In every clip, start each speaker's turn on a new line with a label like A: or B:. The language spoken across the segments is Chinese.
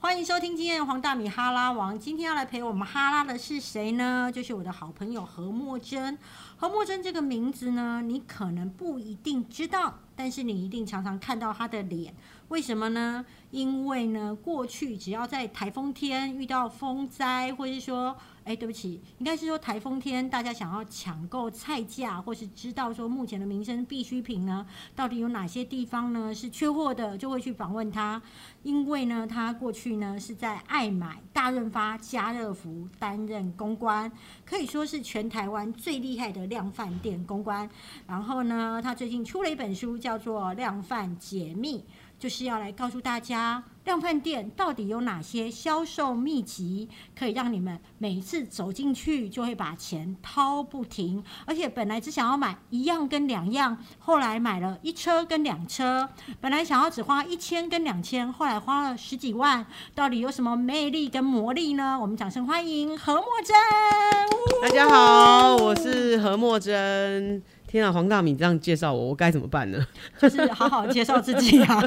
A: 欢迎收听今天的黄大米哈拉王。今天要来陪我们哈拉的是谁呢？就是我的好朋友何墨珍。何墨珍这个名字呢，你可能不一定知道，但是你一定常常看到她的脸。为什么呢？因为呢，过去只要在台风天遇到风灾，或是说，哎，对不起，应该是说台风天，大家想要抢购菜价，或是知道说目前的民生必需品呢，到底有哪些地方呢是缺货的，就会去访问他。因为呢，他过去呢是在爱买、大润发、家乐福担任公关，可以说是全台湾最厉害的量贩店公关。然后呢，他最近出了一本书，叫做《量贩解密》，就是要来告诉大家量贩店到底有哪些销售秘籍，可以让你们每次走进去就会把钱掏不停，而且本来只想要买一样跟两样，后来买了一车跟两车，本来想要只花一千跟两千，后来花了十几万，到底有什么魅力跟魔力呢？我们掌声欢迎何墨珍。呜
B: 大家好，我是何墨真。天啊，黄大米这样介绍我，我该怎么办呢？
A: 就是好好介绍自己啊。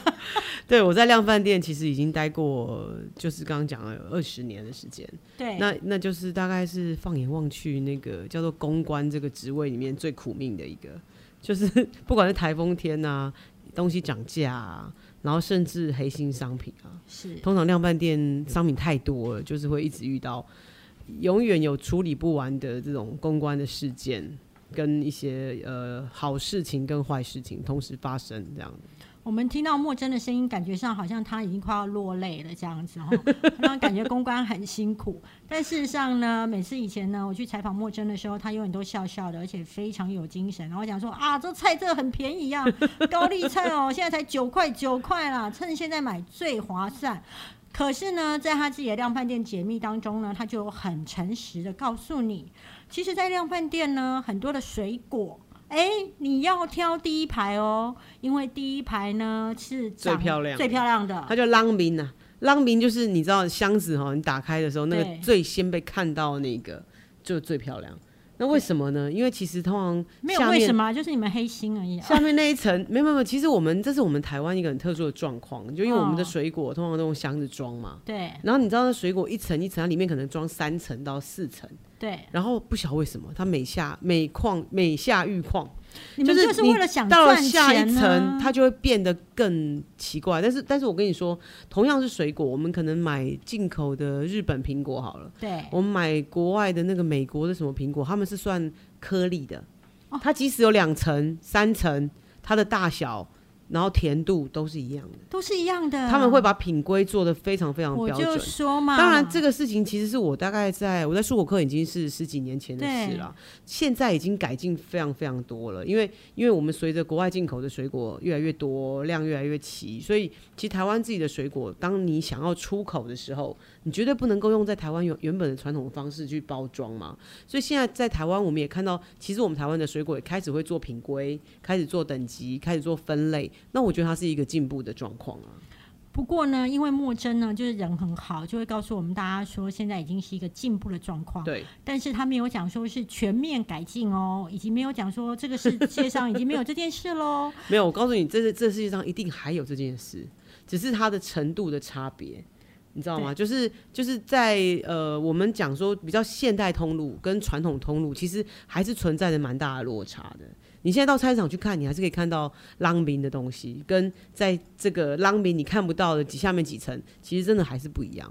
B: 对我在量饭店其实已经待过，就是刚刚讲了二十年的时间。
A: 对，
B: 那那就是大概是放眼望去，那个叫做公关这个职位里面最苦命的一个，就是 不管是台风天啊，东西涨价啊，然后甚至黑心商品啊，
A: 是
B: 通常量贩店商品太多了，就是会一直遇到永远有处理不完的这种公关的事件，跟一些呃好事情跟坏事情同时发生这样。
A: 我们听到莫真的声音，感觉上好像他已经快要落泪了这样子哦，让人感觉公关很辛苦。但事实上呢，每次以前呢，我去采访莫真的时候，他永远都笑笑的，而且非常有精神。然后讲说啊，这菜这很便宜啊，高丽菜哦，现在才九块九块啦，趁现在买最划算。可是呢，在他自己的量贩店解密当中呢，他就很诚实的告诉你，其实，在量贩店呢，很多的水果，哎、你要挑第一排哦，因为第一排呢是长
B: 最漂亮的
A: 最漂亮的，
B: 它叫浪民呐、啊，浪民就是你知道箱子哈，你打开的时候，那
A: 对
B: 个最先被看到那个就最漂亮。那为什么呢？因为其实通常
A: 没有
B: 下面
A: 为什么啊，就是你们黑心而已、啊。
B: 下面那一层没有没有没有，其实我们这是我们台湾一个很特殊的状况，就因为我们的
A: 哦
B: 水果通常都用箱子装嘛，
A: 对
B: 然后你知道那水果一层一层，它里面可能装三层到四层，
A: 对，
B: 然后不晓得为什么它每下每况每下愈况，
A: 你们就是是
B: 你
A: 为了想
B: 到了
A: 赚
B: 下一
A: 钱啊
B: 层
A: 呢。
B: 它就会变得更奇怪。但是但是我跟你说，同样是水果，我们可能买进口的日本苹果好了，
A: 对
B: 我们买国外的那个美国的什么苹果，他们是算颗粒的，
A: 哦
B: 它即使有两层、三层，它的大小。然后甜度都是一样的，
A: 都是一样的。
B: 他们会把品规做得非常非常
A: 嗯我
B: 标准。
A: 就说嘛，
B: 当然，这个事情其实是我大概在我在硕果课已经是十几年前的事了，现在已经改进非常非常多了。因为因为我们随着国外进口的水果越来越多，量越来越齐，所以其实台湾自己的水果，当你想要出口的时候，你绝对不能够用在台湾原原本的传统方式去包装嘛。所以现在在台湾，我们也看到，其实我们台湾的水果也开始会做品规，开始做等级，开始做分类。那我觉得它是一个进步的状况啊。
A: 不过呢，因为莫真呢就是人很好，就会告诉我们大家说，现在已经是一个进步的状况。
B: 对，
A: 但是他没有讲说是全面改进哦，以及没有讲说这个世界上已经没有这件事喽。
B: 没有，我告诉你，这是这世界上一定还有这件事，只是它的程度的差别，你知道吗？就是就是在呃，我们讲说比较现代通路跟传统通路，其实还是存在着蛮大的落差的。你现在到菜市场去看，你还是可以看到浪民的东西，跟在这个浪民你看不到的几下面几层，其实真的还是不一样。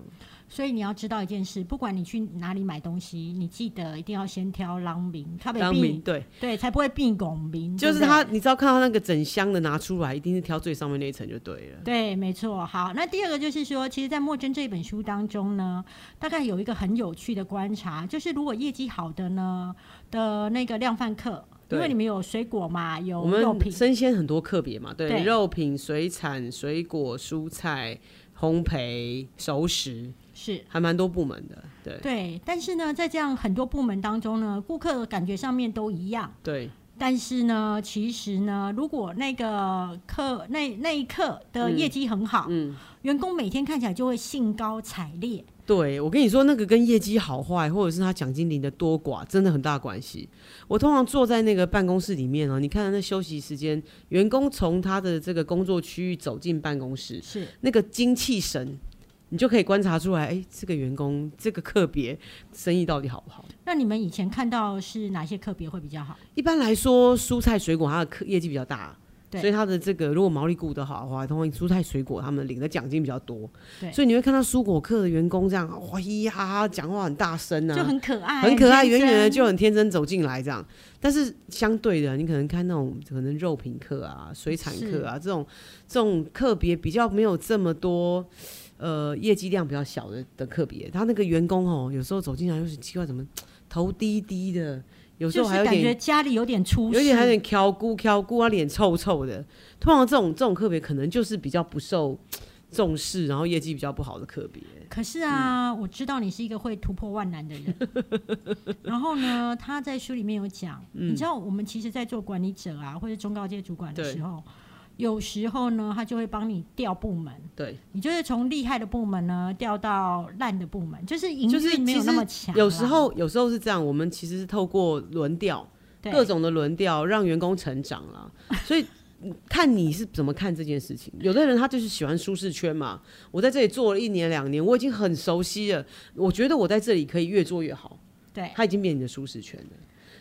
A: 所以你要知道一件事，不管你去哪里买东西，你记得一定要先挑狼民，它被
B: 浪民
A: 病
B: 对，
A: 对，才不会病拱民。
B: 就
A: 对
B: 是
A: 不对
B: 他，你知道看到那个整箱的拿出来，一定是挑最上面那一层就对了。
A: 对，没错。好，那第二个就是说，其实，在莫真这本书当中呢，大概有一个很有趣的观察，就是如果业绩好的呢的那个量贩客，因为
B: 对
A: 你们有水果嘛，有
B: 我
A: 哦肉
B: 们
A: 品，
B: 生鲜很多个别嘛，对，
A: 对
B: 肉品、水产、水果、蔬菜、烘焙、熟食，
A: 是。
B: 还蛮多部门的，对
A: 对，但是呢，在这样很多部门当中呢，顾客感觉上面都一样，
B: 对
A: 但是呢，其实呢，如果那个客那那一刻的业绩很好，
B: 嗯
A: 员工每天看起来就会兴高采烈，
B: 对。我跟你说，那个跟业绩好坏，或者是他奖金领的多寡，真的很大关系。我通常坐在那个办公室里面哦、你看那休息时间，员工从他的这个工作区域走进办公室，
A: 是
B: 那个精气神你就可以观察出来，哎、这个员工这个个别生意到底好不好。
A: 那你们以前看到是哪些个别会比较好？
B: 一般来说，蔬菜水果它的客业绩比较大，
A: 对
B: 所以它的这个如果毛利顾得好的话，通常蔬菜水果他们领的奖金比较多，
A: 对
B: 所以你会看到蔬果客的员工这样，哇咿呀哈哈，讲话很大声啊，
A: 就很可爱，
B: 很可爱，
A: 天
B: 远
A: 真
B: 远的就很天真走进来这样。但是相对的，你可能看那种可能肉品课啊、水产课啊这种这种课别比较没有这么多，呃，业绩量比较小的的课别，他那个员工哦，有时候走进来就是奇怪，怎么头低低的，有时
A: 就
B: 候还
A: 是
B: 有
A: 感觉
B: 点。
A: 家里有点出事，
B: 有点还有点挑姑挑姑，啊，脸臭臭的。通常这种这种课别可能就是比较不受重视，然后业绩比较不好的课别。
A: 可是啊，
B: 嗯
A: 我知道你是一个会突破万难的人。 然后呢，他在书里面有讲，你知道我们其实，在做管理者啊，或者中高阶主管的
B: 嗯对
A: 时候，有时候呢，他就会帮你调部门，
B: 对，
A: 你就是从厉害的部门呢调到烂的部门，就是营
B: 就是
A: 运没有
B: 其实
A: 那么强啦。
B: 有时候有时候是这样，我们其实是透过轮调，
A: 对
B: 各种的轮调让员工成长啦。所以 嗯看你是怎么看这件事情。有的人他就是喜欢舒适圈嘛，我在这里做了一年两年，我已经很熟悉了，我觉得我在这里可以越做越好，
A: 对
B: 他已经变你的舒适圈了。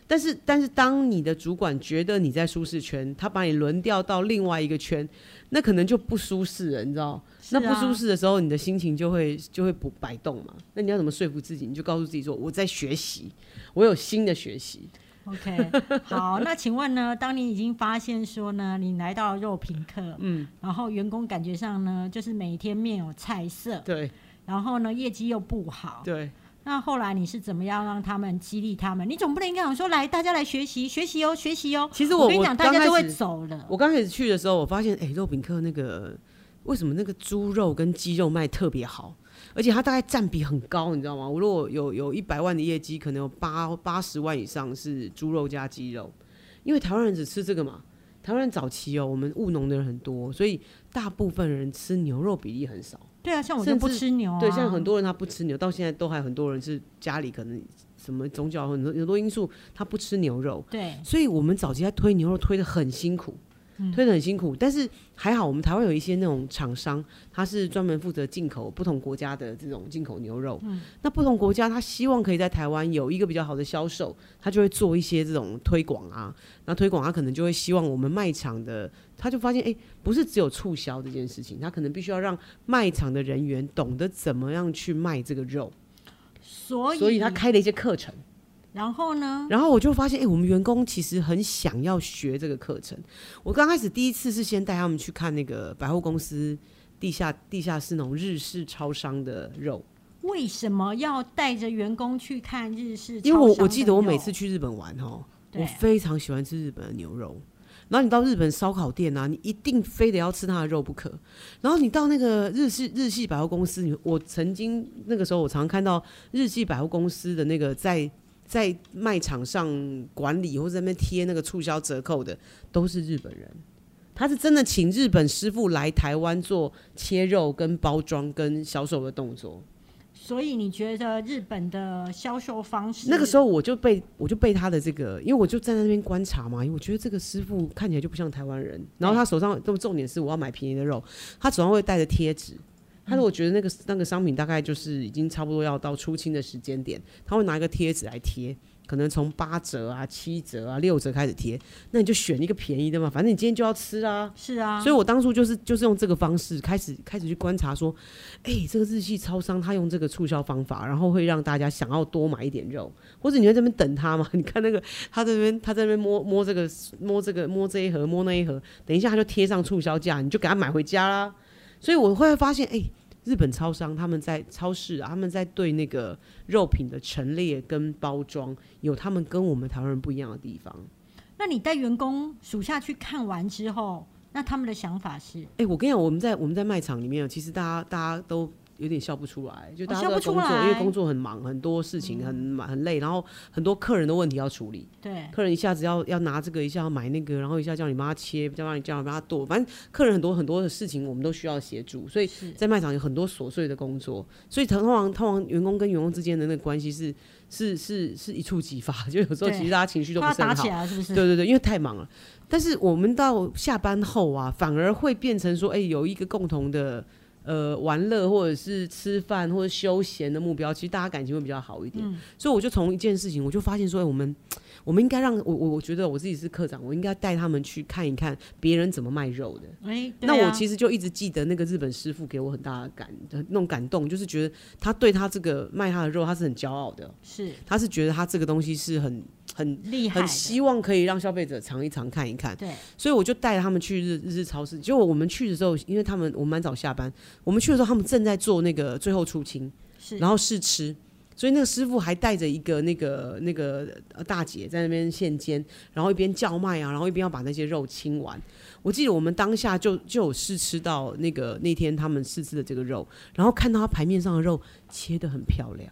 B: 但是，但是，当你的主管觉得你在舒适圈，他把你轮调到另外一个圈，那可能就不舒适了，你知道？
A: 是
B: 那
A: 啊
B: 不舒适的时候，你的心情就会就会不摆动嘛。那你要怎么说服自己？你就告诉自己说：“我在学习，我有新的学习。
A: OK，好，那请问呢？当你已经发现说呢，你来到肉品课，嗯，然后员工感觉上呢，就是每天面有菜色，
B: 对
A: 然后呢，业绩又不好，
B: 对，
A: 那后来你是怎么样让他们激励他们？你总不能跟我说来，大家来学习，学习哦，学习哦。
B: 其实
A: 我
B: 我
A: 跟你
B: 我
A: 讲，大
B: 刚
A: 家
B: 开
A: 就会
B: 始
A: 走了。
B: 我刚开始去的时候，我发现哎、肉饼客那个为什么那个猪肉跟鸡肉卖特别好，而且它大概占比很高，你知道吗？我如果有有一百万的业绩，可能有八八十万以上是猪肉加鸡肉，因为台湾人只吃这个嘛。台湾人早期哦，我们务农的人很多，所以大部分人吃牛肉比例很少。
A: 对啊，像我就
B: 甚
A: 不
B: 至
A: 吃牛啊。
B: 对，像很多人他不吃牛，到现在都还很多人是家里可能什么宗教很多很多因素，他不吃牛肉。
A: 对
B: 所以我们早期在推牛肉推的很辛苦，推的很辛苦。但是还好，我们台湾有一些那种厂商，他是专门负责进口不同国家的这种进口牛肉。那不同国家他希望可以在台湾有一个比较好的销售，他就会做一些这种推广啊。那推广他可能就会希望我们卖场的，他就发现哎、诶不是只有促销这件事情，他可能必须要让卖场的人员懂得怎么样去卖这个肉，
A: 所以
B: 所以他开了一些课程。
A: 然后呢？
B: 然后我就发现，哎、我们员工其实很想要学这个课程。我刚开始第一次是先带他们去看那个百货公司地下地下室那种日式超商的肉，
A: 为什么要带着员工去看日式超商的肉？
B: 因为我我记得我每次去日本玩哦，
A: 对啊
B: 我非常喜欢吃日本的牛肉。然后你到日本烧烤店啊，你一定非得要吃它的肉不可。然后你到那个日式日系百货公司，你我曾经那个时候我常看到日系百货公司的那个在在卖场上管理或者在那边贴那个促销折扣的，都是日本人。他是真的请日本师傅来台湾做切肉、跟包装、跟销售的动作。
A: 所以你觉得日本的销售方式
B: 那个时候我就被我就被他的这个，因为我就站在那边观察嘛，因为我觉得这个师傅看起来就不像台湾人。然后他手上，重重点是我要买便宜的肉，他手上会带着贴纸。他说：“我觉得那个那个商品大概就是已经差不多要到出清的时间点，他会拿一个贴纸来贴，可能从八折啊、七折啊、六折开始贴。那你就选一个便宜的嘛，反正你今天就要吃啊。
A: 是啊，
B: 所以我当初就是就是用这个方式开始开始去观察说，哎、这个日系超商他用这个促销方法，然后会让大家想要多买一点肉，或者你在这边等他嘛？ 你看那个他这边他在那边摸摸这个摸这个摸这一盒摸那一盒，等一下他就贴上促销价，你就给他买回家啦。所以我会发现，哎、日本超商他们在超市、啊，他们在对那个肉品的陈列跟包装有他们跟我们台湾人不一样的地方。
A: 那你带员工属下去看完之后，那他们的想法是？
B: 哎、我跟你讲，我们在我们在卖场里面，其实大家大家都有点笑不出来，就
A: 哦
B: 大家
A: 笑
B: 都在
A: 不出
B: 工作，因为
A: 来嗯
B: 工作很忙，很多事情很忙很累，然后很多客人的问题要处理，
A: 对
B: 客人一下子要要拿这个，一下要买那个，然后一下叫你帮他切，叫你叫你帮他剁，反正客人很多很多的事情，我们都需要协助，所以
A: 是
B: 在卖场有很多琐碎的工作，所以通常通常员工跟员工之间的那个关系是是是是一触即发， 就有时候
A: 对
B: 其实大家情绪都
A: 他
B: 不
A: 要打
B: 是很好
A: 起。来了是不是？
B: 对对对，因为太忙了。但是我们到下班后啊，反而会变成说，哎、有一个共同的呃玩乐或者是吃饭或者休闲的目标，其实大家感情会比较好一点。
A: 嗯
B: 所以我就从一件事情，我就发现说，哎、我们我们应该让我我我觉得我自己是科长，我应该带他们去看一看别人怎么卖肉的。
A: 哎，
B: 那我其
A: 实
B: 实就一直记得那个日本师傅给我很大的感那种感动，就是觉得他对他这个卖他的肉，他是很骄傲的，
A: 是
B: 他是觉得他这个东西是很很
A: 厉害
B: 很
A: 的，
B: 希望可以让消费者尝一尝看一看。
A: 对，
B: 所以我就带他们去日日式超市。结果我们去的时候，因为他们我们蛮早下班，我们去的时候他们正在做那个最后出清，
A: 是，
B: 然后试吃。所以那个师傅还带着一个那个那个呃大姐在那边现煎，然后一边叫卖啊，然后一边要把那些肉清完。我记得我们当下就就有试吃到那个那天他们试吃的这个肉，然后看到它牌面上的肉切得很漂亮。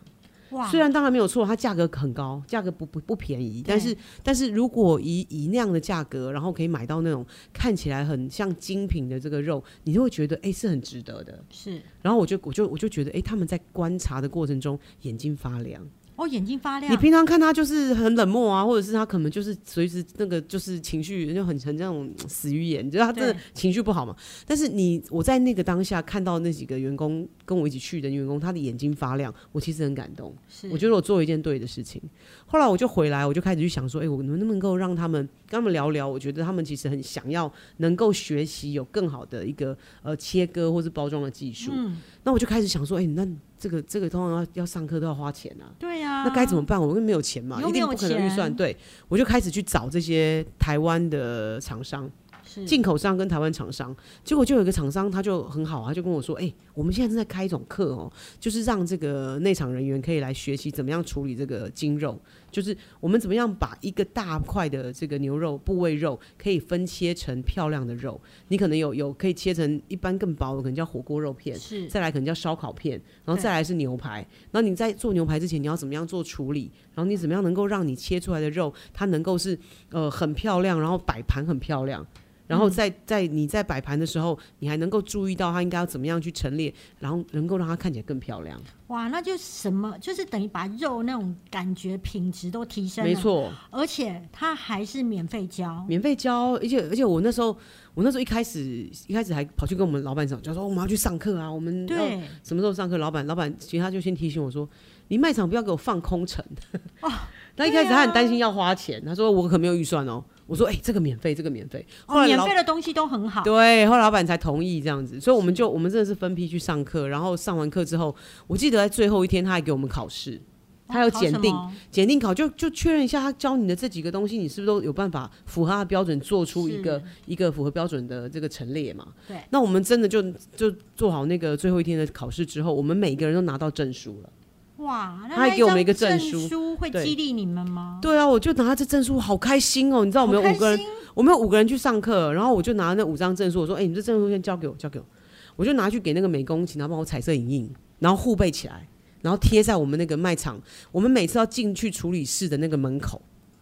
A: 哇，
B: 虽然当然没有错，它价格很高，价格不不不便宜，但是但是如果以以那样的价格，然后可以买到那种看起来很像精品的这个肉，你就会觉得哎、诶是很值得的。
A: 是
B: 然后我就我就我就觉得哎、诶他们在观察的过程中眼睛发亮。
A: 哦，眼睛发亮，
B: 你平常看他就是很冷漠啊，或者是他可能就是随时那个就是情绪就很很那种死鱼眼，就是他真的
A: 对
B: 情绪不好嘛。但是你我在那个当下看到那几个员工跟我一起去的员工，他的眼睛发亮，我其实很感动。
A: 是，
B: 我觉得我做一件对的事情。后来我就回来，我就开始去想说，哎、我能不能够让他们跟他们聊聊？我觉得他们其实很想要能够学习有更好的一个呃切割或是包装的技术。
A: 嗯，
B: 那我就开始想说，哎、那这个这个通常要要上课都要花钱啊。
A: 对呀，
B: 那该怎么办？我又没有钱嘛，
A: 啊又
B: 一
A: 没
B: 定
A: 有
B: 不可能预算。
A: 钱
B: 对，我就开始去找这些台湾的厂商，
A: 是
B: 进口商跟台湾厂商。结果就有一个厂商，他就很好啊，他就跟我说：“哎、我们现在正在开一种课哦，就是让这个内场人员可以来学习怎么样处理这个精肉，就是我们怎么样把一个大块的这个牛肉部位肉可以分切成漂亮的肉。你可能有有可以切成一般更薄的，可能叫火锅肉片。”
A: 是
B: 再来可能叫烧烤片，然后
A: 对
B: 再来是牛排。然后你在做牛排之前，你要怎么样做处理？然后你怎么样能够让你切出来的肉，它能够是呃很漂亮，然后摆盘很漂亮。然
A: 嗯
B: 后在在你在摆盘的时候，你还能够注意到它应该要怎么样去陈列，然后能够让它看起来更漂亮。
A: 哇，那就什么，就是等于把肉那种感觉品质都提升了，
B: 没，错，
A: 而且它还是免费教，
B: 免费教，而且而且我那时候我那时候一开始一开始还跑去跟我们老板讲，就说我们要去上课啊，我们要
A: 对，
B: 什么时候上课？老板，老板其实他就先提醒我说，你卖场不要给我放空城。
A: 哦
B: 那一开 始他很担心要花钱，他说我可没有预算哦。我说哎、这个免费，这个免费。后
A: 哦，
B: 来
A: 免
B: 老
A: 费的东西都很好，哦
B: 对，后来老板才同意这样子，所以我们就我们真的是分批去上课，然后上完课之后，我记得在最后一天他还给我们考试，他有
A: 哦考什
B: 检定
A: 么
B: 检定考就就确认一下他教你的这几个东西，你是不是都有办法符合他的标准，做出一个
A: 是
B: 一个符合标准的这个陈列嘛？
A: 对。
B: 那我们真的就就做好那个最后一天的考试之后，我们每个人都拿到证书了。
A: 哇，那
B: 他还
A: 那
B: 给我们
A: 张
B: 一个证
A: 证
B: 书
A: 会
B: 对
A: 激励你们吗？
B: 对啊，我就拿这证书，好开心哦！你知道我
A: 好
B: 们有
A: 开
B: 五个人，
A: 心啊
B: 我们有五个人去上课，然后我就拿那五张证书，我说：“哎、你这证书先交给我，交给我。”我就拿去给那个美工，请他帮我彩色影印，然后互背起来，然后贴在我们那个卖场，我们每次要进去处理室的那个门口，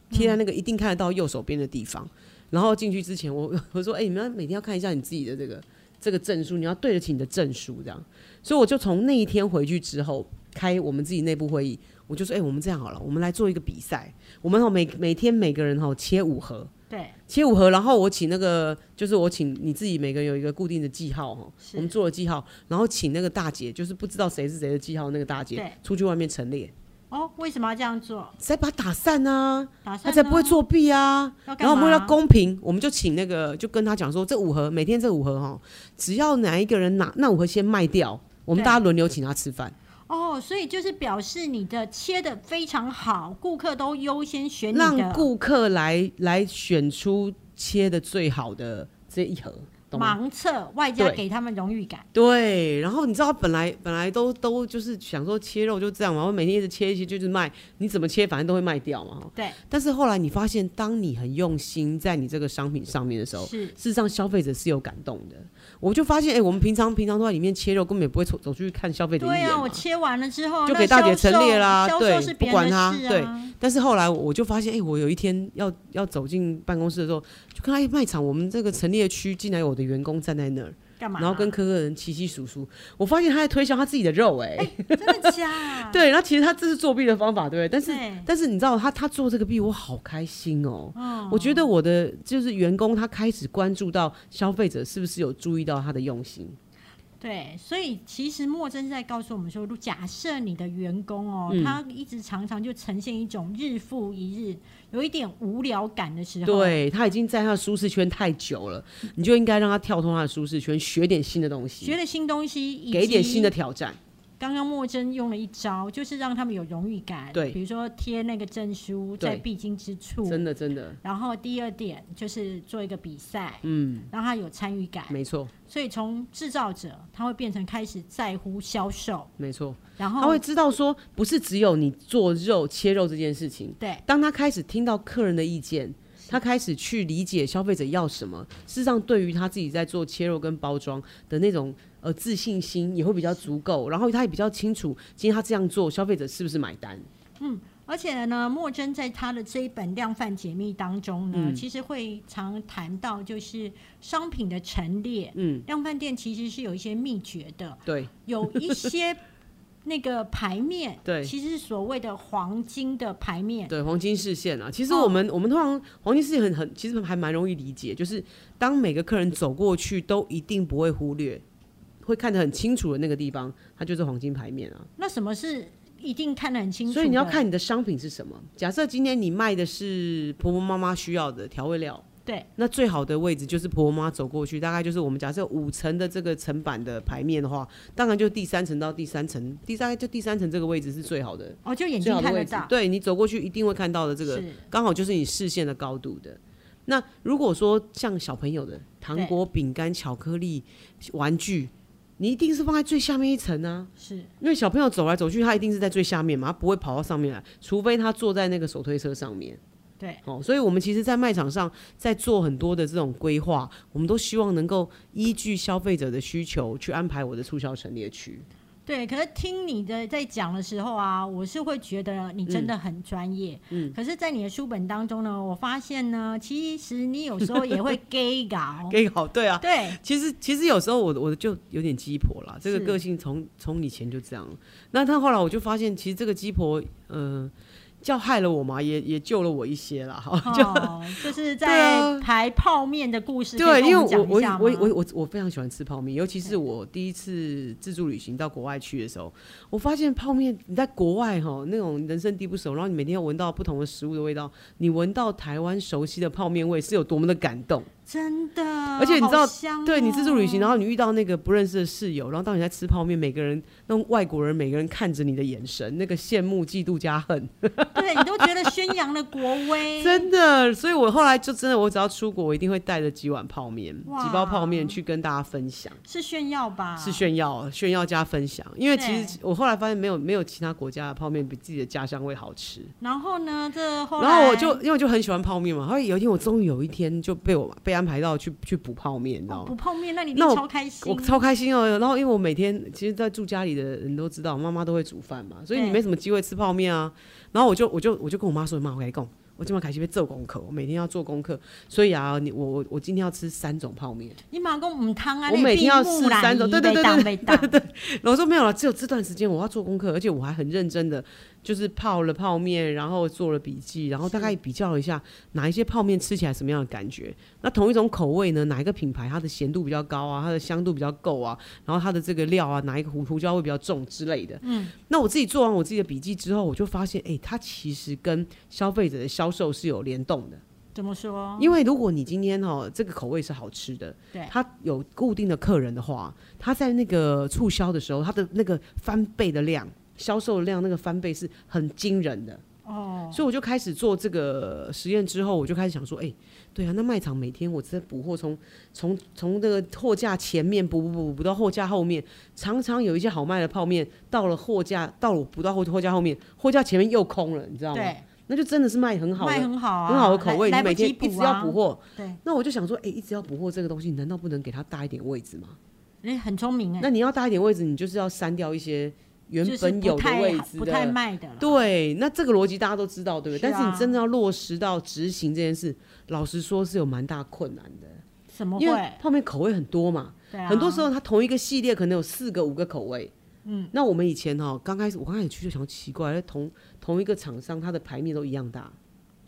B: 贴在那个一定看得到右手边的地方。 然后进去之前我，我说：“哎、你们要每天要看一下你自己的这个这个证书，你要对得起你的证书。”这样，所以我就从那一天回去之后，开我们自己内部会议，我就说：“哎、我们这样好了，我们来做一个比赛，我们哦每每天每个人哦切五盒。”
A: 对，
B: 切五盒，然后我请那个，就是我请你自己每个人有一个固定的记号哈，
A: 是
B: 我们做了记号，然后请那个大姐，就是不知道谁是谁的记号那个大
A: 对
B: 姐出去外面陈列，
A: 哦，为什么要这样做？
B: 再把她打散啊，
A: 打算
B: 她才不会
A: 呢
B: 作弊啊。
A: 要干
B: 然后我们为
A: 嘛
B: 了公平，我们就请那个就跟他讲说，这五盒每天这五盒哈，只要哪一个人拿那五盒先卖掉，我们
A: 对
B: 大家轮流请他吃饭。
A: 哦，所以就是表示你的切的非常好，顾客都优先选你
B: 让
A: 的
B: 顾客来来选出切的最好的这一盒，懂吗？
A: 盲测，外加
B: 对
A: 给他们荣誉感。
B: 对，然后你知道本来本来都都就是想说切肉就这样嘛，我每天一直切一些就是卖，你怎么切反正都会卖掉嘛。
A: 对，
B: 但是后来你发现，当你很用心在你这个商品上面的时候，
A: 是
B: 事实上消费者是有感动的。我就发现，哎、我们平常平常都在里面切肉，根本也不会走走出去看消费者一
A: 对
B: 眼
A: 啊，
B: 嘛
A: 我。切完了之后
B: 就
A: 那
B: 给大姐
A: 销售
B: 陈列啦
A: 销售
B: 对
A: 是
B: 不
A: 别
B: 管
A: 人的
B: 她
A: 事
B: 对
A: 啊，
B: 但是后来我就发现，哎、我有一天要要走进办公室的时候，就看到哎卖场我们这个陈列区竟然有我的员工站在那儿，
A: 干嘛？啊
B: 然后跟客人稀稀疏疏，我发现他在推销他自己的肉、哎、？
A: 真的假啊
B: 对，那其实他这是作弊的方法，对不对？但是
A: 对，
B: 但是你知道他他做这个弊，我好开心哦。
A: 嗯
B: 我觉得我的就是员工，他开始关注到消费者是不是有注意到他的用心，
A: 对，所以其实莫真是在告诉我们说，如假设你的员工哦，
B: 嗯
A: 他一直常常就呈现一种日复一日有一点无聊感的时候，，
B: 对他已经在他的舒适圈太久了，你就应该让他跳脱他的舒适圈，学点新的东
A: 学
B: 西，
A: 了新东西，以
B: 给点
A: 及
B: 新的挑战。
A: 刚刚莫真用了一招，就是让他们有荣誉感，
B: 对
A: 比如说贴那个证书
B: 对
A: 在必经之处，
B: 真的，真的，
A: 然后第二点就是做一个比赛，
B: 嗯，
A: 让他有参与感，
B: 没错，
A: 所以从制造者他会变成开始在乎销售，
B: 没错，
A: 然
B: 他
A: 后
B: 会知道说，不是只有你做肉切肉这件事情，
A: 对
B: 当他开始听到客人的意见，他开始去理解消费者要什么，事实上对于他自己在做切肉跟包装的那种呃自信心也会比较足够，然后他也比较清楚今天他这样做消费者是不是买单。
A: 而且呢，莫真在他的这一本《量贩解密》当中呢，
B: 嗯
A: 其实会常谈到就是商品的陈列。
B: 嗯，
A: 量贩店其实是有一些秘诀的，
B: 对，
A: 有一 些那个牌面，
B: 对
A: 其实是所谓的黄金的牌面，
B: 对，黄金视线啊，其实
A: 哦
B: 我们、我们通常黄金视线很很，其实还蛮容易理解，就是当每个客人走过去，都一定不会忽略，会看得很清楚的那个地方，它就是黄金牌面啊。
A: 那什么是一定看得很清楚的？
B: 所以你要看你的商品是什么。假设今天你卖的是婆婆妈妈需要的调味料，
A: 对，
B: 那最好的位置就是婆婆妈妈走过去，大概就是我们假设五层的这个层板的牌面的话，当然就第三层到第三层，第大概就第三层这个位置是最好的，
A: 哦，就眼
B: 最
A: 睛
B: 好的
A: 看
B: 位
A: 得
B: 置
A: 到。。
B: 对你走过去一定会看到的，这个
A: 是
B: 刚好就是你视线的高度的。那如果说像小朋友的糖果、饼干、巧克力、玩具，你一定是放在最下面一层啊。
A: 是
B: 因为小朋友走来走去，他一定是在最下面嘛，他不会跑到上面来，除非他坐在那个手推车上面。
A: 对，
B: 哦，所以我们其实，在卖场上在做很多的这种规划，我们都希望能够依据消费者的需求去安排我的促销陈列区。
A: 对，可是听你的在讲的时候啊，我是会觉得你真的很专业。嗯，可是，在你的书本当中呢，我发现呢，其实你有时候也 会 gay 搞。
B: 可以好，对啊。
A: 对，
B: 其实，其实有时候我我就有点鸡婆啦，这个
A: 是
B: 个性从从以前就这样。那但后来我就发现，其实这个鸡婆，呃，叫害了我嘛，也也救了我一些啦。哈、
A: 哦，就是在
B: 啊
A: 排泡面的故事，可
B: 对，
A: 以跟
B: 因为
A: 我们讲
B: 我
A: 一下
B: 我
A: 吗
B: 我我我非常喜欢吃泡面，尤其是我第一次自助旅行到国外去的时候，我发现泡面你在国外哈那种人生地不熟，然后你每天要闻到不同的食物的味道，你闻到台湾熟悉的泡面味是有多么的感动。
A: 真的，
B: 而且你知道
A: 好香哦
B: 对你自助旅行，啊然后你遇到那个不认识的室友，然后当你在吃泡面，每个人那种外国人每个人看着你的眼神，那个羡慕、嫉妒加恨，
A: 哦对你都觉得宣扬了国威，
B: 真的。所以我后来就真的，我只要出国，我一定会带着几碗泡面、几包
A: 哇
B: 泡面去跟大家分享。
A: 是炫耀吧？
B: 是炫耀，炫耀加分享。因为其实我后来发现，没有没有其他国家的泡面比自己的家乡会好吃。
A: 然后呢，这后来，
B: 然后我就因为我就很喜欢泡面嘛，后来有一天我终于有一天就被我被安排到去去补泡面，你知
A: 哦
B: 道
A: 不
B: 吗？
A: 泡面，那你一
B: 那
A: 定
B: 我
A: 超开心
B: 我。超开心哦！然后因为我每天其实，在住家里的人都知道，妈妈都会煮饭嘛，所以你
A: 对
B: 没什么机会吃泡面啊。然后我就我就我就跟我妈说：“妈，我跟你讲，我今晚开始被做功课，我每天要做功课，所以啊，你我我我今天要吃三种泡面。”
A: 你马公母汤啊，
B: 我
A: 那
B: 每
A: 闭
B: 天要
A: 目
B: 吃
A: 啦
B: 三种对对对对
A: 对对对，
B: 然后我说没有了，只有这段时间我要做功课，而且我还很认真的，就是泡了泡面，然后做了笔记，然后大概比较了一下哪一些泡面吃起来什么样的感觉。那同一种口味呢，哪一个品牌它的咸度比较高啊，它的香度比较够啊，然后它的这个料啊，哪一个胡胡椒味比较重之类的。嗯，那我自己做完我自己的笔记之后，我就发现，哎、它其实跟消费者的销售是有联动的。
A: 怎么说？
B: 因为如果你今天哦这个口味是好吃的，
A: 哦对
B: 它有固定的客人的话，他在那个促销的时候，他的那个翻倍的量。销售量那个翻倍是很惊人的，
A: 哦，
B: 所以我就开始做这个实验之后，我就开始想说，哎、对啊，那卖场每天我在补货，从从从这个货架前面补补补补到货架后面，常常有一些好卖的泡面到了货架，到了我补到货货架后面，货架前面又空了，你知道吗？
A: 对，
B: 那就真的是卖很好的
A: 卖很好啊，
B: 很好的口味，
A: 来
B: 你每天一直要补，
A: 来不及
B: 货。
A: 啊对，
B: 那我就想说，哎、一直要补货这个东西，难道不能给它大一点位置吗？
A: 哎，很聪明哎，
B: 那你要大一点位置，你就是要删掉一些原
A: 就是
B: 本
A: 不
B: 有的
A: 太
B: 位
A: 好
B: 置
A: 不太
B: 的。
A: 卖的了，
B: 对，那这个逻辑大家都知道，对不对？
A: 是啊
B: 但是你真的要落实到执行这件事，老实说是有蛮大困难的，
A: 怎么
B: 因为
A: 会？
B: 泡面口味很多嘛，
A: 对啊，
B: 很多时候它同一个系列可能有四个、五个口味。嗯，那我们以前哈、刚开始我刚开始去就想奇怪，哎同同一个厂商它的牌面都一样大，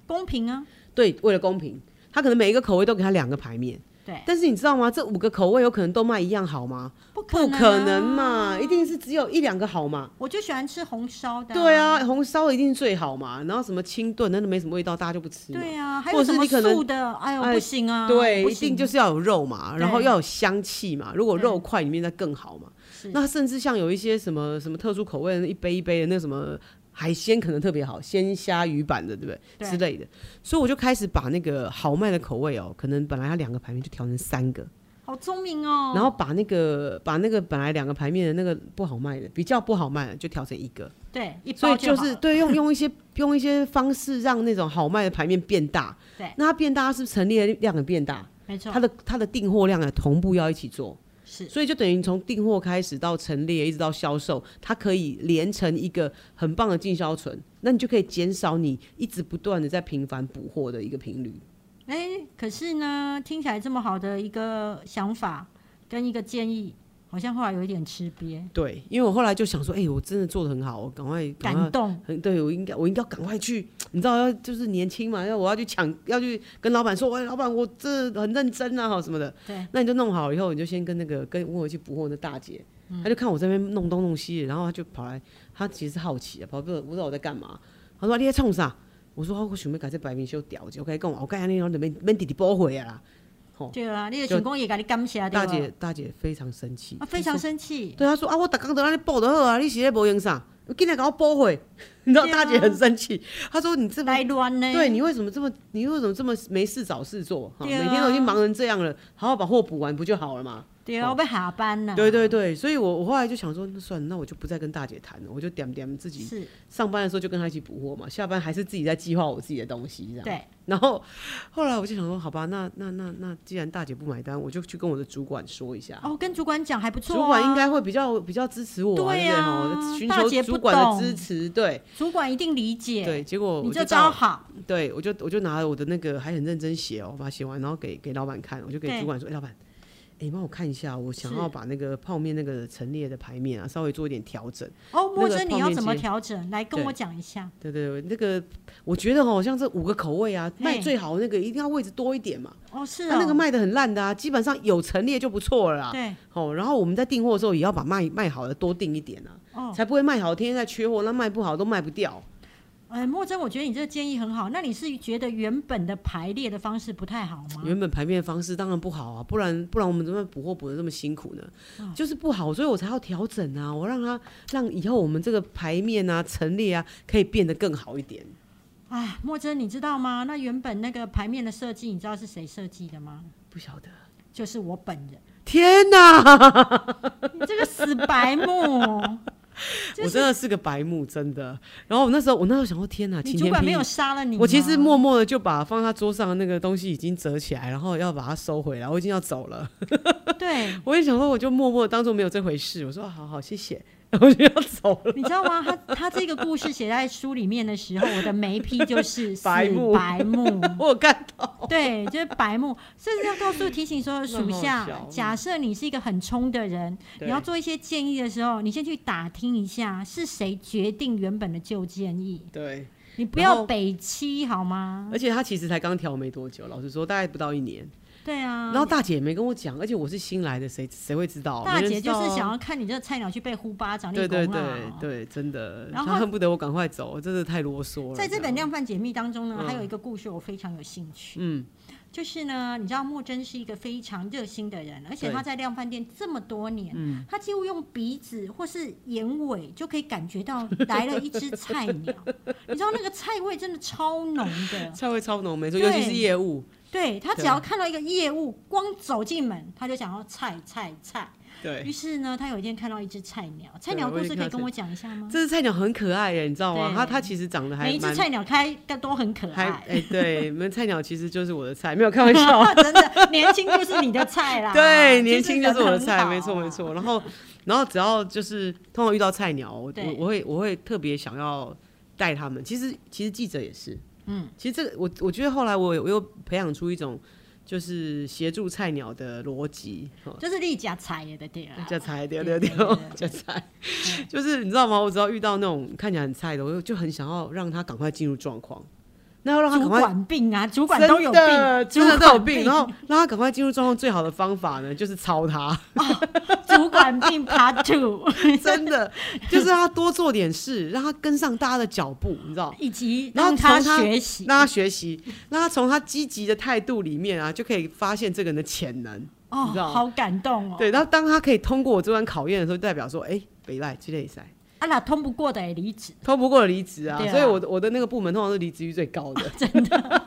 A: 公平啊，
B: 对，为了公平，他可能每一个口味都给他两个牌面，
A: 对，
B: 但是你知道吗？这五个口味有可能都卖一样好吗？
A: 不可能、
B: 不
A: 啊
B: 可能嘛，一定是只有一两个好嘛。
A: 我就喜欢吃红烧的、
B: 对，啊，红烧一定最好嘛，然后什么清炖那都没什么味道，大家就不吃嘛。
A: 对啊，还
B: 或
A: 有
B: 者
A: 什
B: 是
A: 么
B: 你可能
A: 素的？哎呦，
B: 哎
A: 不行啊，
B: 对，
A: 不
B: 一定
A: 行
B: 就是要有肉嘛，然后
A: 对
B: 要有香气嘛。如果
A: 对
B: 肉块里面再更好嘛。
A: 是
B: 那甚至像有一些什么什么特殊口味的，一杯一杯的那什么海鲜可能特别好，鲜虾鱼板的，对不对？
A: 对
B: 之类的。所以我就开始把那个豪迈的口味哦，可能本来它两个排面就调成三个，
A: 好聪明哦。
B: 然后把那个把那个本来两个排面的那个不好卖的，比较不好卖的就调成一个。
A: 对，一
B: 所以
A: 包
B: 就
A: 好
B: 是
A: 了
B: 对用用一些用一些方式让那种好卖的牌面变大。
A: 对
B: 那它变大，它是不是陈列量也变大？
A: 没错
B: 它，的它的订货量也同步要一起做，
A: 是
B: 所以就等于从订货开始到陈列，一直到销售，它可以连成一个很棒的进销存，那你就可以减少你一直不断的在频繁补货的一个频率。
A: 哎、可是呢，听起来这么好的一个想法跟一个建议，好像后来有一点吃瘪，
B: 对，因为我后来就想说，哎、我真的做的很好，我赶快赶快
A: 感动。
B: 很对我应该我应该要赶快去，你知道要就是年轻嘛，要我要去抢，要去跟老板说，喂，老板我这很认真啊，哈什么的。
A: 对，
B: 那你就弄好以后，你就先跟那个跟问我去补货的大姐，
A: 嗯
B: 她就看我这边弄东弄西，然后她就跑来，她其实是好奇啊，跑不知道不知道我在干嘛，她说你在冲啥？我说、哦我想要把这白面修掉者，我跟你讲，我跟你讲，你免免弟弟驳回啊啦。
A: 对啦，你的
B: 就
A: 成功也给你感谢
B: 大
A: 对吧
B: 姐大姐非常生气
A: 啊，，非常生气，
B: 对，他说啊，我逐工都安尼报就好啊，你是咧无用啥？你进来给我驳回， 你知道
A: 对啊
B: 大姐很生气，她说你这么
A: 来乱呢。
B: 对你为什么这么你为什么这么没事找事做？哈，
A: 对啊
B: 每天都已经忙成这样了，好好把货补完不就好了嘛？
A: 对啊，我被下班了。
B: 哦对对对，所以我我后来就想说，那算了，那我就不再跟大姐谈了，我就点点自己
A: 是，
B: 上班的时候就跟她一起补货嘛，下班还是自己在计划我自己的东西这样。
A: 对，
B: 然后后来我就想说，好吧，那那那那既然大姐不买单，我就去跟我的主管说一下。
A: 哦，跟主管讲还不错、啊，
B: 啊主管应该会比较比较支持我、
A: 对啊
B: 对不对齁寻
A: 大姐
B: 求
A: 不
B: 主管的
A: 懂
B: 支持，对
A: 主管一定理解。，
B: 对。结果
A: 你
B: 我
A: 这
B: 就
A: 招
B: 到，
A: 好，
B: 对我就我就拿了我的那个还很认真写哦，我把它写完，然后给给老板看，我就给
A: 对
B: 主管说，哎、老板，哎、你帮我看一下，我想
A: 是
B: 要把那个泡面那个陈列的牌面啊，稍微做一点调整。
A: 哦，
B: 那
A: 莫
B: 个
A: 真你
B: 泡
A: 要
B: 面
A: 怎么
B: 机
A: 调整？来跟
B: 对
A: 我讲一下。
B: 对对对，那个我觉得哦，像这五个口味啊，
A: 嘿
B: 卖最好那个一定要位置多一点嘛。
A: 哦，是
B: 他、
A: 哦，
B: 那个卖的很烂的啊，基本上有陈列就不错了啦。
A: 对，
B: 哦，然后我们在订货的时候也要把卖卖好的多订一点啊。
A: 哦，
B: 才不会卖好，天天在缺货，那卖不好都卖不掉。
A: 哎，莫真，我觉得你这个建议很好。那你是觉得原本的排列的方式不太好吗？
B: 原本排面方式当然不好啊，不然不然我们怎么补货补的这么辛苦呢？
A: 啊
B: 就是不好，所以我才要调整啊，我让它让以后我们这个排面啊、陈列啊可以变得更好一点。
A: 哎，莫真，你知道吗？那原本那个牌面的设计，你知道是谁设计的吗？
B: 不晓得，
A: 就是我本 人，
B: 天哪，
A: 你这个死白目！就是
B: 我真的是个白目，真的。然后我那时候我那时候想说，天哪，
A: 你
B: 啊晴
A: 主
B: 天
A: 管
B: 霹
A: 没有
B: 雳。
A: 杀了你吗？
B: 我其实默默的就把放在他桌上的那个东西已经折起来，然后要把它收回来，我已经要走了。
A: 对，
B: 我也想说，我就默默地当做没有这回事。我说啊好好，谢谢，然后我就要走了。
A: 你知道吗？他他这个故事写在书里面的时候，我的眉批 就是死
B: 白目
A: 白 目，
B: 我有看到，
A: 对，就是白目，甚至要告诉提醒所有属
B: 那好
A: 下
B: 笑，
A: 假设你是一个很冲的人，
B: 对
A: 你要做一些建议的时候，你先去打听一下是谁决定原本的旧建议，
B: 对，
A: 你不
B: 然
A: 要
B: 后哎
A: 北欺好吗？
B: 而且他其实才刚调没多久，老实说，大概不到一年。
A: 对啊，
B: 然后大姐也没跟我讲，而且我是新来的，谁谁会知道？
A: 大
B: 没人
A: 姐
B: 知
A: 就
B: 道啊
A: 是想要看你这菜鸟去被呼巴掌，
B: 对
A: 你
B: 对
A: 拱
B: 对
A: 啊。
B: 对，真的，
A: 然后
B: 她恨不得我赶快走，真的太啰嗦了。
A: 在这本《量贩解密》当中呢，
B: 嗯
A: 还有一个故事我非常有兴趣，
B: 嗯，
A: 就是呢，你知道莫真是一个非常热心的人，而且
B: 对嗯
A: 他在量贩店这么多年，他几乎用鼻子或是眼尾就可以感觉到来了一只菜 鸟，你知道那个菜味真的超浓的，
B: 菜味超浓，没错，
A: 对
B: 尤其是业务，
A: 对他只
B: 对
A: 要看到一个业务，光走进门他就想要菜菜菜，于
B: 对，
A: 是呢，他有一天看到一只菜鸟，菜
B: 对
A: 鸟
B: 我
A: 故
B: 也
A: 事
B: 看
A: 可以
B: 到
A: 跟
B: 菜
A: 我讲一下吗？
B: 这只菜鸟很可爱耶，你知道吗？
A: 对
B: 它它其实长得还
A: 每一只
B: 蛮
A: 菜鸟开都很可
B: 还
A: 爱，
B: 哎，对，你们菜鸟其实就是我的菜，没有开玩笑。
A: 真的年轻就是你的菜啦。
B: 对，年轻就是我的
A: 人很
B: 菜，
A: 好
B: 没错
A: 啊
B: 没。错。然后，然后只要就是通常遇到菜鸟，我
A: 对
B: 我我会我会特别想要带他们。其实其实记者也是，
A: 嗯，
B: 其实这个我我觉得后来我有我又培养出一种就是协助菜鸟的逻辑，哦
A: 就是立假菜的对了。
B: 叫菜对
A: 对
B: 对
A: 对对，
B: 对
A: 嗯
B: 叫菜， 就是你知道吗？我只要遇到那种看起来很菜的，我就就很想要让他赶快进入状况。那要让他赶
A: 主
B: 快
A: 管病啊，主管
B: 真
A: 都有病
B: 的，
A: 主
B: 真的
A: 管
B: 都有病。然后让他赶快进入状况，最好的方法呢，就是操他。
A: 主管病 Part Two，
B: 真的，就是让他多做点事，让他跟上大家的脚步，你知道。
A: 以及
B: 然后
A: 让他
B: 从他
A: 学习
B: 让他学习，让他从他积极的态度里面啊，就可以发现这个人的潜能。
A: 哦，
B: 你知道
A: 好感动哦。
B: 对，然后当他可以通过我这关考验的时候，代表说，哎、北赖之类赛
A: 啊，那通不过的也离 职，
B: 通不过离职啊，
A: 对啊
B: 所以我的我的那个部门通常是离职率最高的。
A: 真的。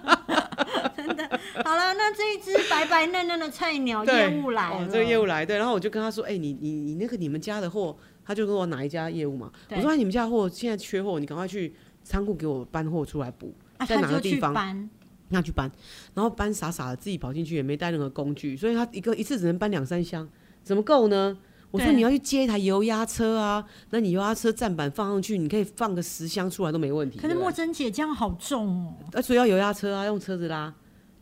A: 好了，那这一只白白嫩嫩的菜鸟
B: 对
A: 业务来
B: 哦
A: 了，
B: 这个业务来对，然后我就跟他说，哎、你你你那个你们家的货，他就跟我哪一家业务嘛，
A: 对
B: 我说、哎、你们家的货现在缺货，你赶快去仓库给我搬货出来补，
A: 啊，
B: 在
A: 他
B: 哪
A: 就
B: 个地
A: 去
B: 方
A: 搬，
B: 那去搬，然后搬傻傻的自己跑进去也没带任何工具，所以他一个一次只能搬两三箱，怎么够呢？我说
A: 对
B: 你要去接一台油压车啊，那你油压车站板放上去，你可以放个十箱出来都没问题。
A: 可是
B: 对不对
A: 莫珍姐这样好重哦。
B: 啊，所以要油压车啊，用车子拉。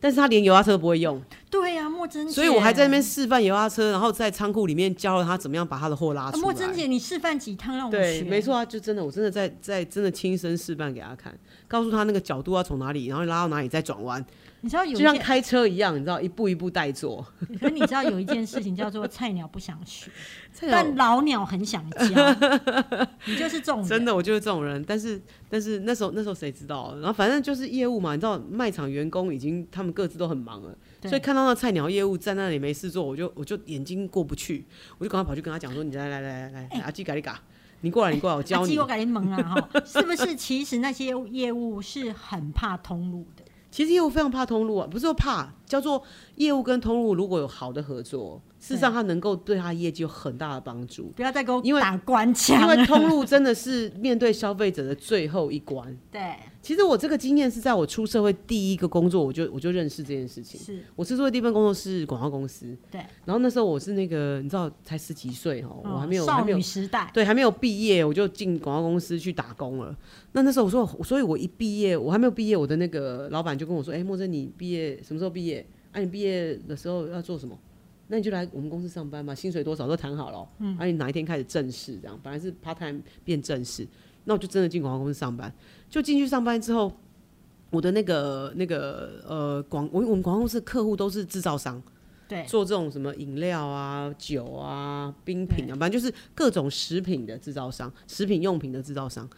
B: 但是他连油压车都不会用，
A: 对呀、莫珍姐，
B: 所以我还在那边示范油压车，然后在仓库里面教了他怎么样把他的货拉
A: 啊。
B: 出来。
A: 莫珍姐，你示范几趟让我
B: 对，
A: 学？
B: 没错啊，就真的，我真的在在真的亲身示范给他看，告诉他那个角度要从哪里，然后拉到哪里再转弯，
A: 你知哎道有
B: 就
A: 一
B: 像
A: 件，
B: 开车一样，你知道一步一步带做。
A: 可是你知道有一件事情叫做菜鸟不想 学，
B: 这个
A: 但老鸟很想 教。你就是这种人
B: 真的，我就是这种人。但是，但是那时候那时候谁知道？然后反正就是业务嘛，你知道，卖场员工已经他们各自都很忙了，
A: 对
B: 所以看到那菜鸟业务在那里没事做，我就我就眼睛过不去，我就赶快跑去跟他讲说：“你来来来来来，阿基嘎里嘎，你过来，你过来，我教
A: 啊，
B: 你
A: 机。构改盟啊，哈，是不是？其实那些业务是很怕通路的，”
B: 其实业务非常怕通路啊，不是说怕，叫做业务跟通路如果有好的合作，事实上他能够对他业绩有很大的帮助。
A: 不要再给我
B: 因为
A: 打官
B: 因
A: 腔
B: 为
A: 了。
B: 通路真的是面对消费者的最后一关，
A: 对，
B: 其实我这个经验是在我出社会第一个工作，我就我就认识这件事情。
A: 是，
B: 我是做的第一份工作是广告公司，
A: 对。
B: 然后那时候我是那个你知道才十几岁哈，哦我还没
A: 嗯
B: 有、还
A: 少
B: 没有
A: 女时代，
B: 对还没有毕业，我就进广告公司去打工了。那那时候我说，所以我一毕业，我还没有毕业，我的那个老板就跟我说：“哎、莫真，你毕业什么时候毕业？啊，你毕业的时候要做什么？”那你就来我们公司上班吧，薪水多少都谈好了、嗯，啊，你哪一天开始正式这样？本来是 part time 变正式，那我就真的进广告公司上班。就进去上班之后，我的那个那个呃广我我们广告公司的客户都是制造商，
A: 对
B: 做这种什么饮料啊、酒啊、冰品啊，反正就是各种食品的制造商、食品用品的制造商。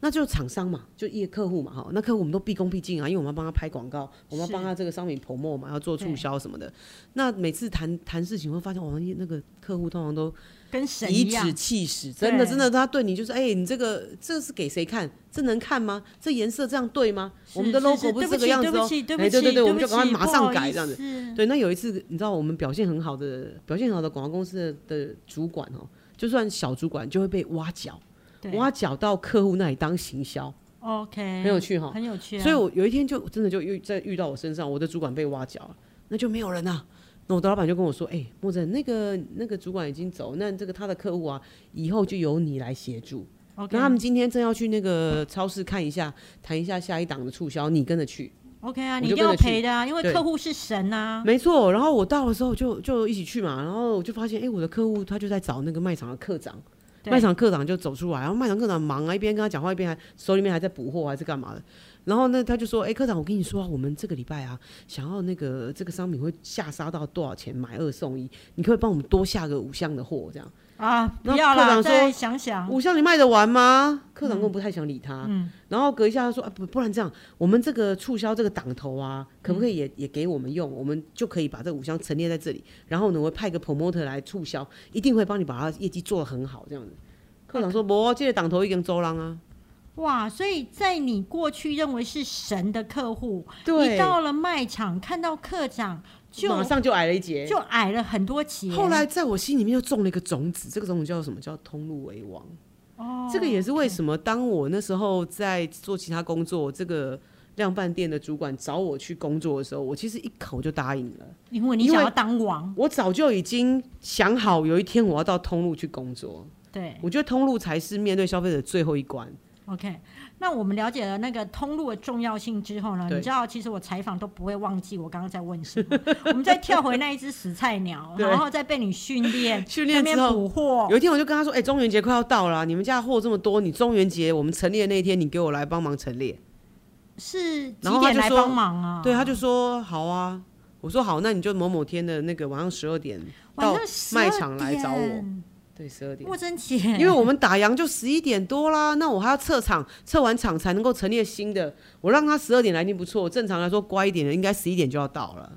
B: 那就厂商嘛，就业客户嘛，哈，那客户我们都毕恭毕敬啊，因为我们要帮他拍广告，我们要
A: 是
B: 帮他这个商品 promo 嘛，要做促
A: 对
B: 销什么的。那每次谈谈事情，会发现我们那个客户通常都
A: 跟神
B: 颐
A: 一样
B: 指，气使，真的
A: 对
B: 真的，他对你就是，哎、你这个这是给谁看？这能看吗？这颜色这样对吗？
A: 是
B: 我们的
A: 是
B: logo
A: 是
B: 不
A: 对不
B: 是这个
A: 起
B: 样子
A: 对
B: 哦
A: 不、起，对不
B: 哎
A: 起，
B: 对对对
A: 不
B: 我们就赶快
A: 起
B: 马
A: 不
B: 上
A: 好
B: 改
A: 意
B: 这样子
A: 思
B: 对，那有一次，你知道我们表现很好的，表现很好的广告公司的的主管哦、就算小主管就会被挖角，
A: 对
B: 挖角到客户那里当行销，
A: ，OK，
B: 很有趣哈、
A: 很有趣啊。
B: 所以我有一天就真的就遇在遇到我身上，我的主管被挖角了，那就没有人啊。那我的老板就跟我说：“哎、莫真，那个那个主管已经走，那这个他的客户啊，以后就由你来协助。
A: OK
B: 那他们今天正要去那个超市看一下，谈一下下一档的促销，你跟着去。
A: OK 啊，
B: 我
A: 你一
B: 就
A: 定要
B: 跟着去
A: 赔的啊，因为
B: 对
A: 客户是神啊。
B: 没错。然后我到的时候就就一起去嘛，然后我就发现，哎、我的客户他就在找那个卖场的课长。”
A: 对
B: 卖场课长就走出来，然后卖场课长忙啊，一边跟他讲话，一边还手里面还在补货还是干嘛的。然后呢，他就说：“哎、科长，我跟你说啊，我们这个礼拜啊，想要那个这个商品会下杀到多少钱买二送一，你可不可以帮我们多下个五箱的货？这样
A: 啊，
B: 那
A: 不要
B: 科
A: 啦，
B: 长说
A: 再想想，
B: 五箱你卖得完吗？”科
A: 嗯
B: 长根本不太想理他。然后隔一下他说：“啊，不，不然这样，我们这个促销这个档头啊，可不可以
A: 嗯
B: 也、也给我们用？我们就可以把这五箱陈列在这里，然后呢，我会派个 promoter 来促销，一定会帮你把它业绩做得很好这样子。”科长说：“不，这个档头已经周浪啊。”
A: 哇，所以在你过去认为是神的客户，
B: 对，
A: 一到了卖场看到课长就
B: 马上就矮了一截。
A: 就矮了很多节。
B: 后来在我心里面又种了一个种子，这个种子叫什么？叫通路为王。哦，这个也是为什么当我那时候在做其他工作，这个量贩店的主管找我去工作的时候，我其实一口就答应了。
A: 因为你
B: 因为
A: 想要当王，
B: 我早就已经想好，有一天我要到通路去工作。
A: 对
B: 我觉得通路才是面对消费者最后一关。
A: ，OK。那我们了解了那个通路的重要性之后呢，
B: 对
A: 你知道，其实我采访都不会忘记我刚刚在问什 么。我们再跳回那一只死菜鸟，
B: 对
A: 然后再被你训练，
B: 训练
A: 在那
B: 之
A: 边捕
B: 后
A: 获，
B: 有一天我就跟他说：“哎、中元节快要到了啊、你们家的货这么多，你中元节我们陈列的那一天，你给我来帮忙陈列。”
A: 是
B: 然
A: 几
B: 后他
A: 点
B: 就
A: 来
B: 说
A: 帮忙啊？
B: 对，他就说好啊，我说好，那你就某某天的那个晚上十二点
A: 晚
B: 到
A: 上12
B: 卖场来找我
A: 点，
B: 对，十二点
A: 莫。真姐，
B: 因为我们打烊就十一点多啦，那我还要撤场，撤完场才能够陈列新的。我让他十二点来已经不错，正常来说乖一点的应该十一点就要到了。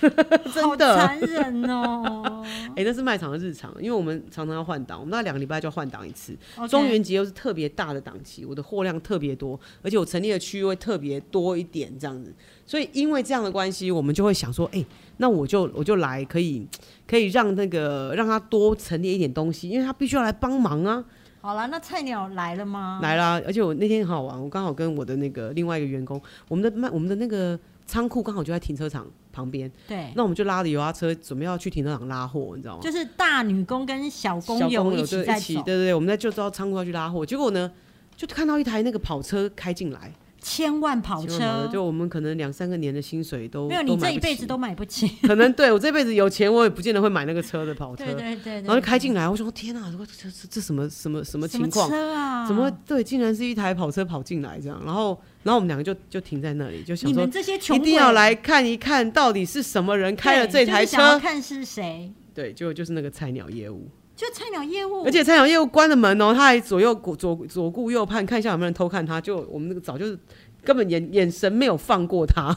A: 好
B: 真的，
A: 残忍 哦。
B: 哎、那是卖场的日常，因为我们常常要换档，我们大概两个礼拜就要换档一次。
A: OK
B: 中元节又是特别大的档期，我的货量特别多，而且我陈列的区域会特别多一点这样子，所以因为这样的关系，我们就会想说，哎、那我就我就来，可以可以让那个让他多陈列一点东西，因为他必须要来帮忙啊，
A: 好了，那菜鸟来了吗？
B: 来啦！而且我那天很好玩，我刚好跟我的那个另外一个员工，我们的卖我们的那个仓库刚好就在停车场旁边，
A: 对，
B: 那我们就拉着油压啊车准备要去停车场拉货，你知道吗？
A: 就是大女工跟小
B: 小
A: 工
B: 工友
A: 一
B: 对
A: 起
B: 一
A: 在
B: 起，
A: 走
B: 对，对对，我们在就知道仓库要去拉货，结果呢，就看到一台那个跑车开进来，
A: 千万跑
B: 结果呢
A: 车，
B: 就我们可能两三个年的薪水都
A: 没有你
B: 买
A: 这一
B: 不
A: 辈
B: 起
A: 子都买不起。
B: 可能对我这辈子有钱，我也不见得会买那个车的跑车，
A: 对对对，
B: 然后就开进来，我说天啊哪，这这这这什么什么什么
A: 什么
B: 情况？
A: 车啊？
B: 怎么对，竟然是一台跑车跑进来这样，然后然后我们两个就就停在那里，就想
A: 你
B: 说
A: 们这些穷
B: 一
A: 鬼
B: 定要来看一看到底是什么人开了
A: 对
B: 这台
A: 就是想要
B: 车，
A: 看是谁？
B: 对，结果就是那个菜鸟业务，
A: 就菜鸟业务，
B: 而且菜鸟业务关了门哦，他还左右顾左左顾右盼，看一下有没有人偷看他，就我们那个早就是根本眼眼神没有放过他，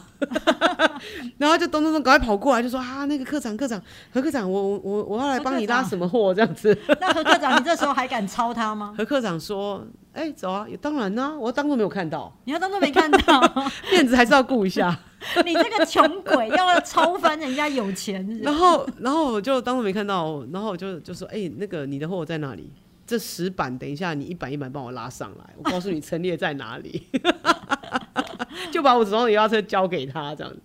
B: 然后就咚咚咚赶快跑过来就说啊那个科长科长何科长我我我我要来
A: 何
B: 帮
A: 科
B: 你拉
A: 长
B: 什么货这样子，
A: 那何科长，你这时候还敢抄他 吗？
B: 何科长说哎、走啊，当然啦、我当做没有看 到，
A: 你要当做没看到，
B: 面子还是要顾一下。
A: 你这个穷鬼要抄翻人家有钱人。
B: 然后，然后我就当做没看到，然后我就就说：“哎、那个你的货在哪里？这十板，等一下你一板一板帮我拉上来，我告诉你陈列在哪里。” 就把我手上的摇车交给他这样子。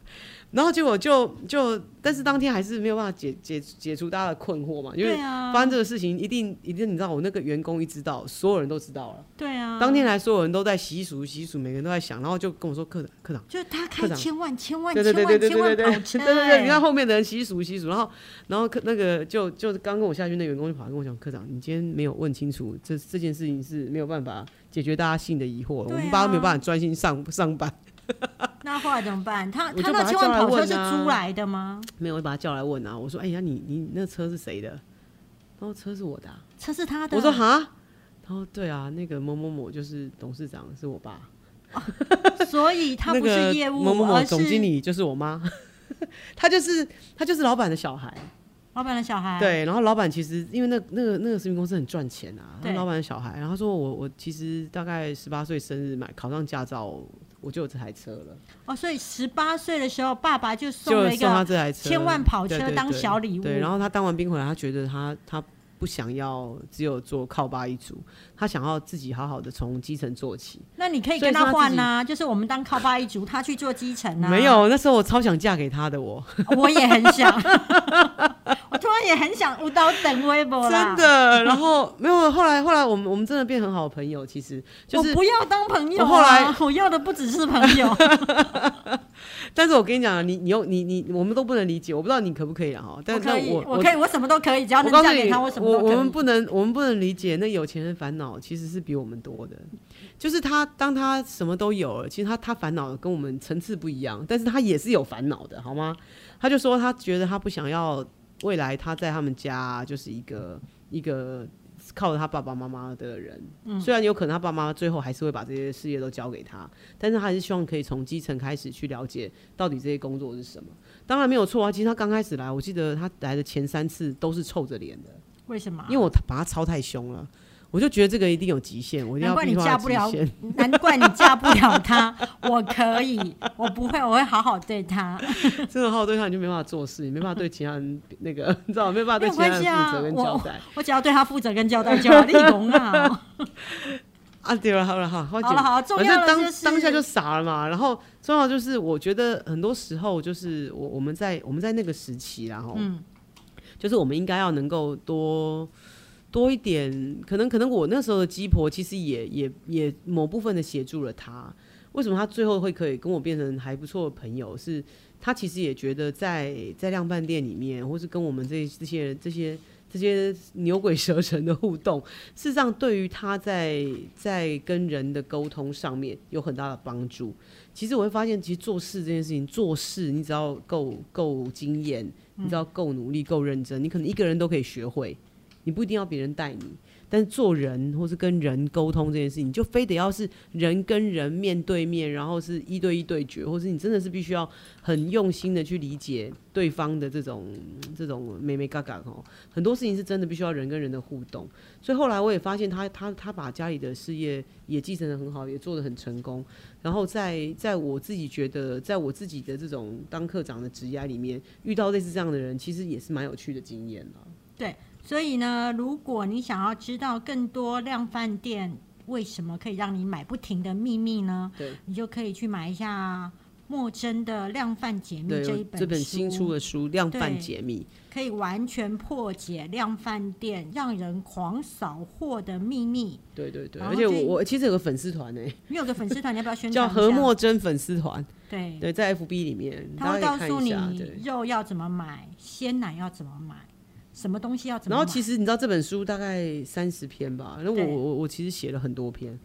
B: 然后结果就就，但是当天还是没有办法解解解除大家的困惑嘛，因
A: 对
B: 为
A: 啊，
B: 发生这个事情，一定一定你知道，我那个员工一知道，所有人都知道了。
A: 对啊，
B: 当天来，所有人都在习俗习俗，每个人都在想，然后就跟我说：“科长，科长。”
A: 就是他
B: 科
A: 开
B: 长
A: 千万千万
B: 对对
A: 千
B: 对对
A: 万千
B: 对对对
A: 万
B: 对
A: 跑
B: 对
A: 车，
B: 对，你看
A: 哎
B: 后面的人习俗习俗，然后然后科那个就就刚跟我下去那员工就跑来跟我讲，科长，你今天没有问清楚，这这件事情是没有办法解决大家性的疑惑，我
A: 对
B: 们
A: 啊
B: 大家没有办法专心上上班，
A: 那后来怎么办？他
B: 我就
A: 他
B: 把
A: 那
B: 他
A: 千万
B: 叫来
A: 跑车
B: 问
A: 是
B: 啊
A: 租来的吗？
B: 没有我就把他叫来问啊，我说，哎呀，你你那车是谁的？然后车是我的啊、
A: 车是他的。
B: 我说哈，他说对啊，那个某某某就是董事长是我爸，
A: 所以他
B: 那
A: 不是
B: 个
A: 业务，
B: 某某某
A: 而
B: 总经
A: 是
B: 理就是我妈， 他就是他就是老板的小孩。
A: 老板的小孩。，
B: 对，然后老板其实因为那那个那个食品公司很赚钱啊，他
A: 对
B: 老板的小孩，然后他说我我其实大概十八岁生日买考上驾照，我就有这台车了，
A: 哦，所以十八岁的时候，爸爸就送
B: 就
A: 了一
B: 送他
A: 个
B: 这台车，
A: 千万跑车
B: 对对
A: 当
B: 对
A: 小礼物。
B: 对，然后他当完兵回来，他觉得他他不想要只有做靠吧一族，他想要自己好好的从基层做起。
A: 那你可以
B: 所
A: 跟
B: 以是
A: 他
B: 他自
A: 换
B: 己
A: 呐、就是我们当靠爸一族，他去做基层啊。
B: 没，有，那时候我超想嫁给他的我，
A: 我也很 想，我突然也很想舞蹈等微博啦。
B: 真，的。然后没有，后来后来我们我们真的变很好的朋友，其实就是
A: 我 不要当朋友、啊。
B: 我后来
A: 我要的不只是朋友，
B: 但是我跟你讲，啊你你又你你，我们都不能理解，我不知道你可不可以啊？哈，但
A: 我
B: 那
A: 可以，
B: 我
A: 我可以，我什么都可以，只要
B: 我
A: 能
B: 告诉
A: 嫁给
B: 你，
A: 他，什么
B: 我
A: 都可以。
B: 我们不能我们不能理解那有钱人烦恼其实是比我们多的，就是他当他什么都有了，其实他他烦恼跟我们层次不一样，但是他也是有烦恼的，好吗？他就说他觉得他不想要未来他在他们家啊就是一个一个。靠着他爸爸妈妈的人，
A: 嗯
B: 虽然有可能他爸妈最后还是会把这些事业都交给他，但是他还是希望可以从基层开始去了解到底这些工作是什么。当然没有错啊，其实他刚开始来，我记得他来的前三次都是臭着脸的，
A: 为什么啊？
B: 因为我把他操太凶了，我就觉得这个一定有极限，我一
A: 难
B: 定要
A: 怪
B: 逼
A: 你
B: 迫
A: 嫁
B: 他
A: 不
B: 极
A: 了
B: 限。，
A: 难怪你嫁不了他。我可以，我不会，我会好好对他。
B: 这个号哦对啊象你就没办法做事，你没办法对其他人那个， 你知道吗没办法对
A: 没有关
B: 其他人
A: 系啊
B: 负责跟
A: 我
B: 交代
A: 我只要对他负责跟交代就好。立功 啊！
B: 啊。对了，好了，好，好
A: 好了好，重
B: 反
A: 要的
B: 正当
A: 就是
B: 当下就傻了嘛。然后重要就是，我觉得很多时候就是我我们在我们在那个时期啦，然后、
A: 嗯
B: 就是我们应该要能够多多一点，可能可能我那时候的鸡婆其实也也也某部分的协助了他。为什么他最后会可以跟我变成还不错的朋友？是他其实也觉得在在量贩店里面，或是跟我们这这些人这些这这些牛鬼蛇神的互动，事实上对于他在在跟人的沟通上面有很大的帮助。其实我会发现，其实做事这件事情，做事你只要够够经验，你只要够努力、够认真，你可能一个人都可以学会，你不一定要别人带你。但是做人或是跟人沟通这件事情，你就非得要是人跟人面对面，然后是一对一对决，或是你真的是必须要很用心的去理解对方的这种这种美美嘎嘎哦，很多事情是真的必须要人跟人的互动。所以后来我也发现他他他把家里的事业也继承的很好，也做的很成功。然后在在我自己觉得，在我自己的这种当课长的职涯里面，遇到类似这样的人，其实也是蛮有趣的经验了。
A: 所以呢，如果你想要知道更多量饭店为什么可以让你买不停的秘密呢，
B: 对，
A: 你就可以去买一下莫真的《量贩解密》
B: 对，
A: 嗯这一
B: 有
A: 本
B: 这本新出的书《量贩
A: 对
B: 解密》。
A: 可以完全破解量饭店让人狂扫货的秘密。
B: 对对对，
A: 然
B: 而
A: 后
B: 且
A: 就
B: 我我其实有个粉丝团呢，
A: 你有个粉丝团，你要不要宣
B: 叫
A: 传一下？
B: 何墨真粉丝团，
A: 对，
B: 对，在 FB 里面，
A: 他
B: 大
A: 会
B: 家
A: 告
B: 可以
A: 诉
B: 看一下。
A: 你
B: 对，
A: 肉要怎么买，鲜奶要怎么买，什么东西要怎么
B: 然
A: 买。
B: 后其实你知道这本书大概三十篇吧，那我
A: 对
B: 我我其实写了很多篇，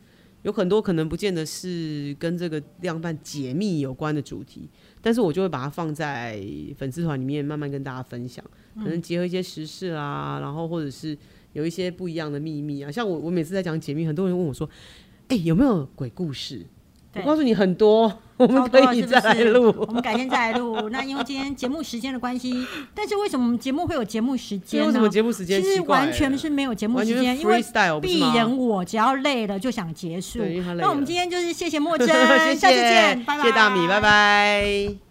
B: 有很多可能不见得是跟这个量贩解密有关的主题，但是我就会把它放在粉丝团里面慢慢跟大家分享，可
A: 嗯
B: 能结合一些时事啊，然后或者是有一些不一样的秘密啊，像我我每次在讲解密，很多人问我说，哎、有没有鬼故事？我
A: 对
B: 告诉你很多，我们
A: 超多
B: 可
A: 了
B: 以
A: 是不哦
B: 再来
A: 是
B: 录。
A: 我们改天再来录。那因为今天节目时间的关系，但是为什么我们节目会有节目时
B: 今天
A: 间
B: 为
A: 呢？
B: 什么节目时间
A: 其实
B: 奇怪
A: 完全
B: 了
A: 是没有节目
B: 完
A: 时
B: 全
A: 间，
B: 是
A: 因为
B: freestyle 不是
A: 鄙
B: 吗？
A: 人我只要累了就想结束。
B: 对因为他累
A: 那我们
B: 了
A: 今天就是谢谢莫真，
B: 谢谢，
A: 下次见，拜拜，
B: 谢谢大米，拜。拜。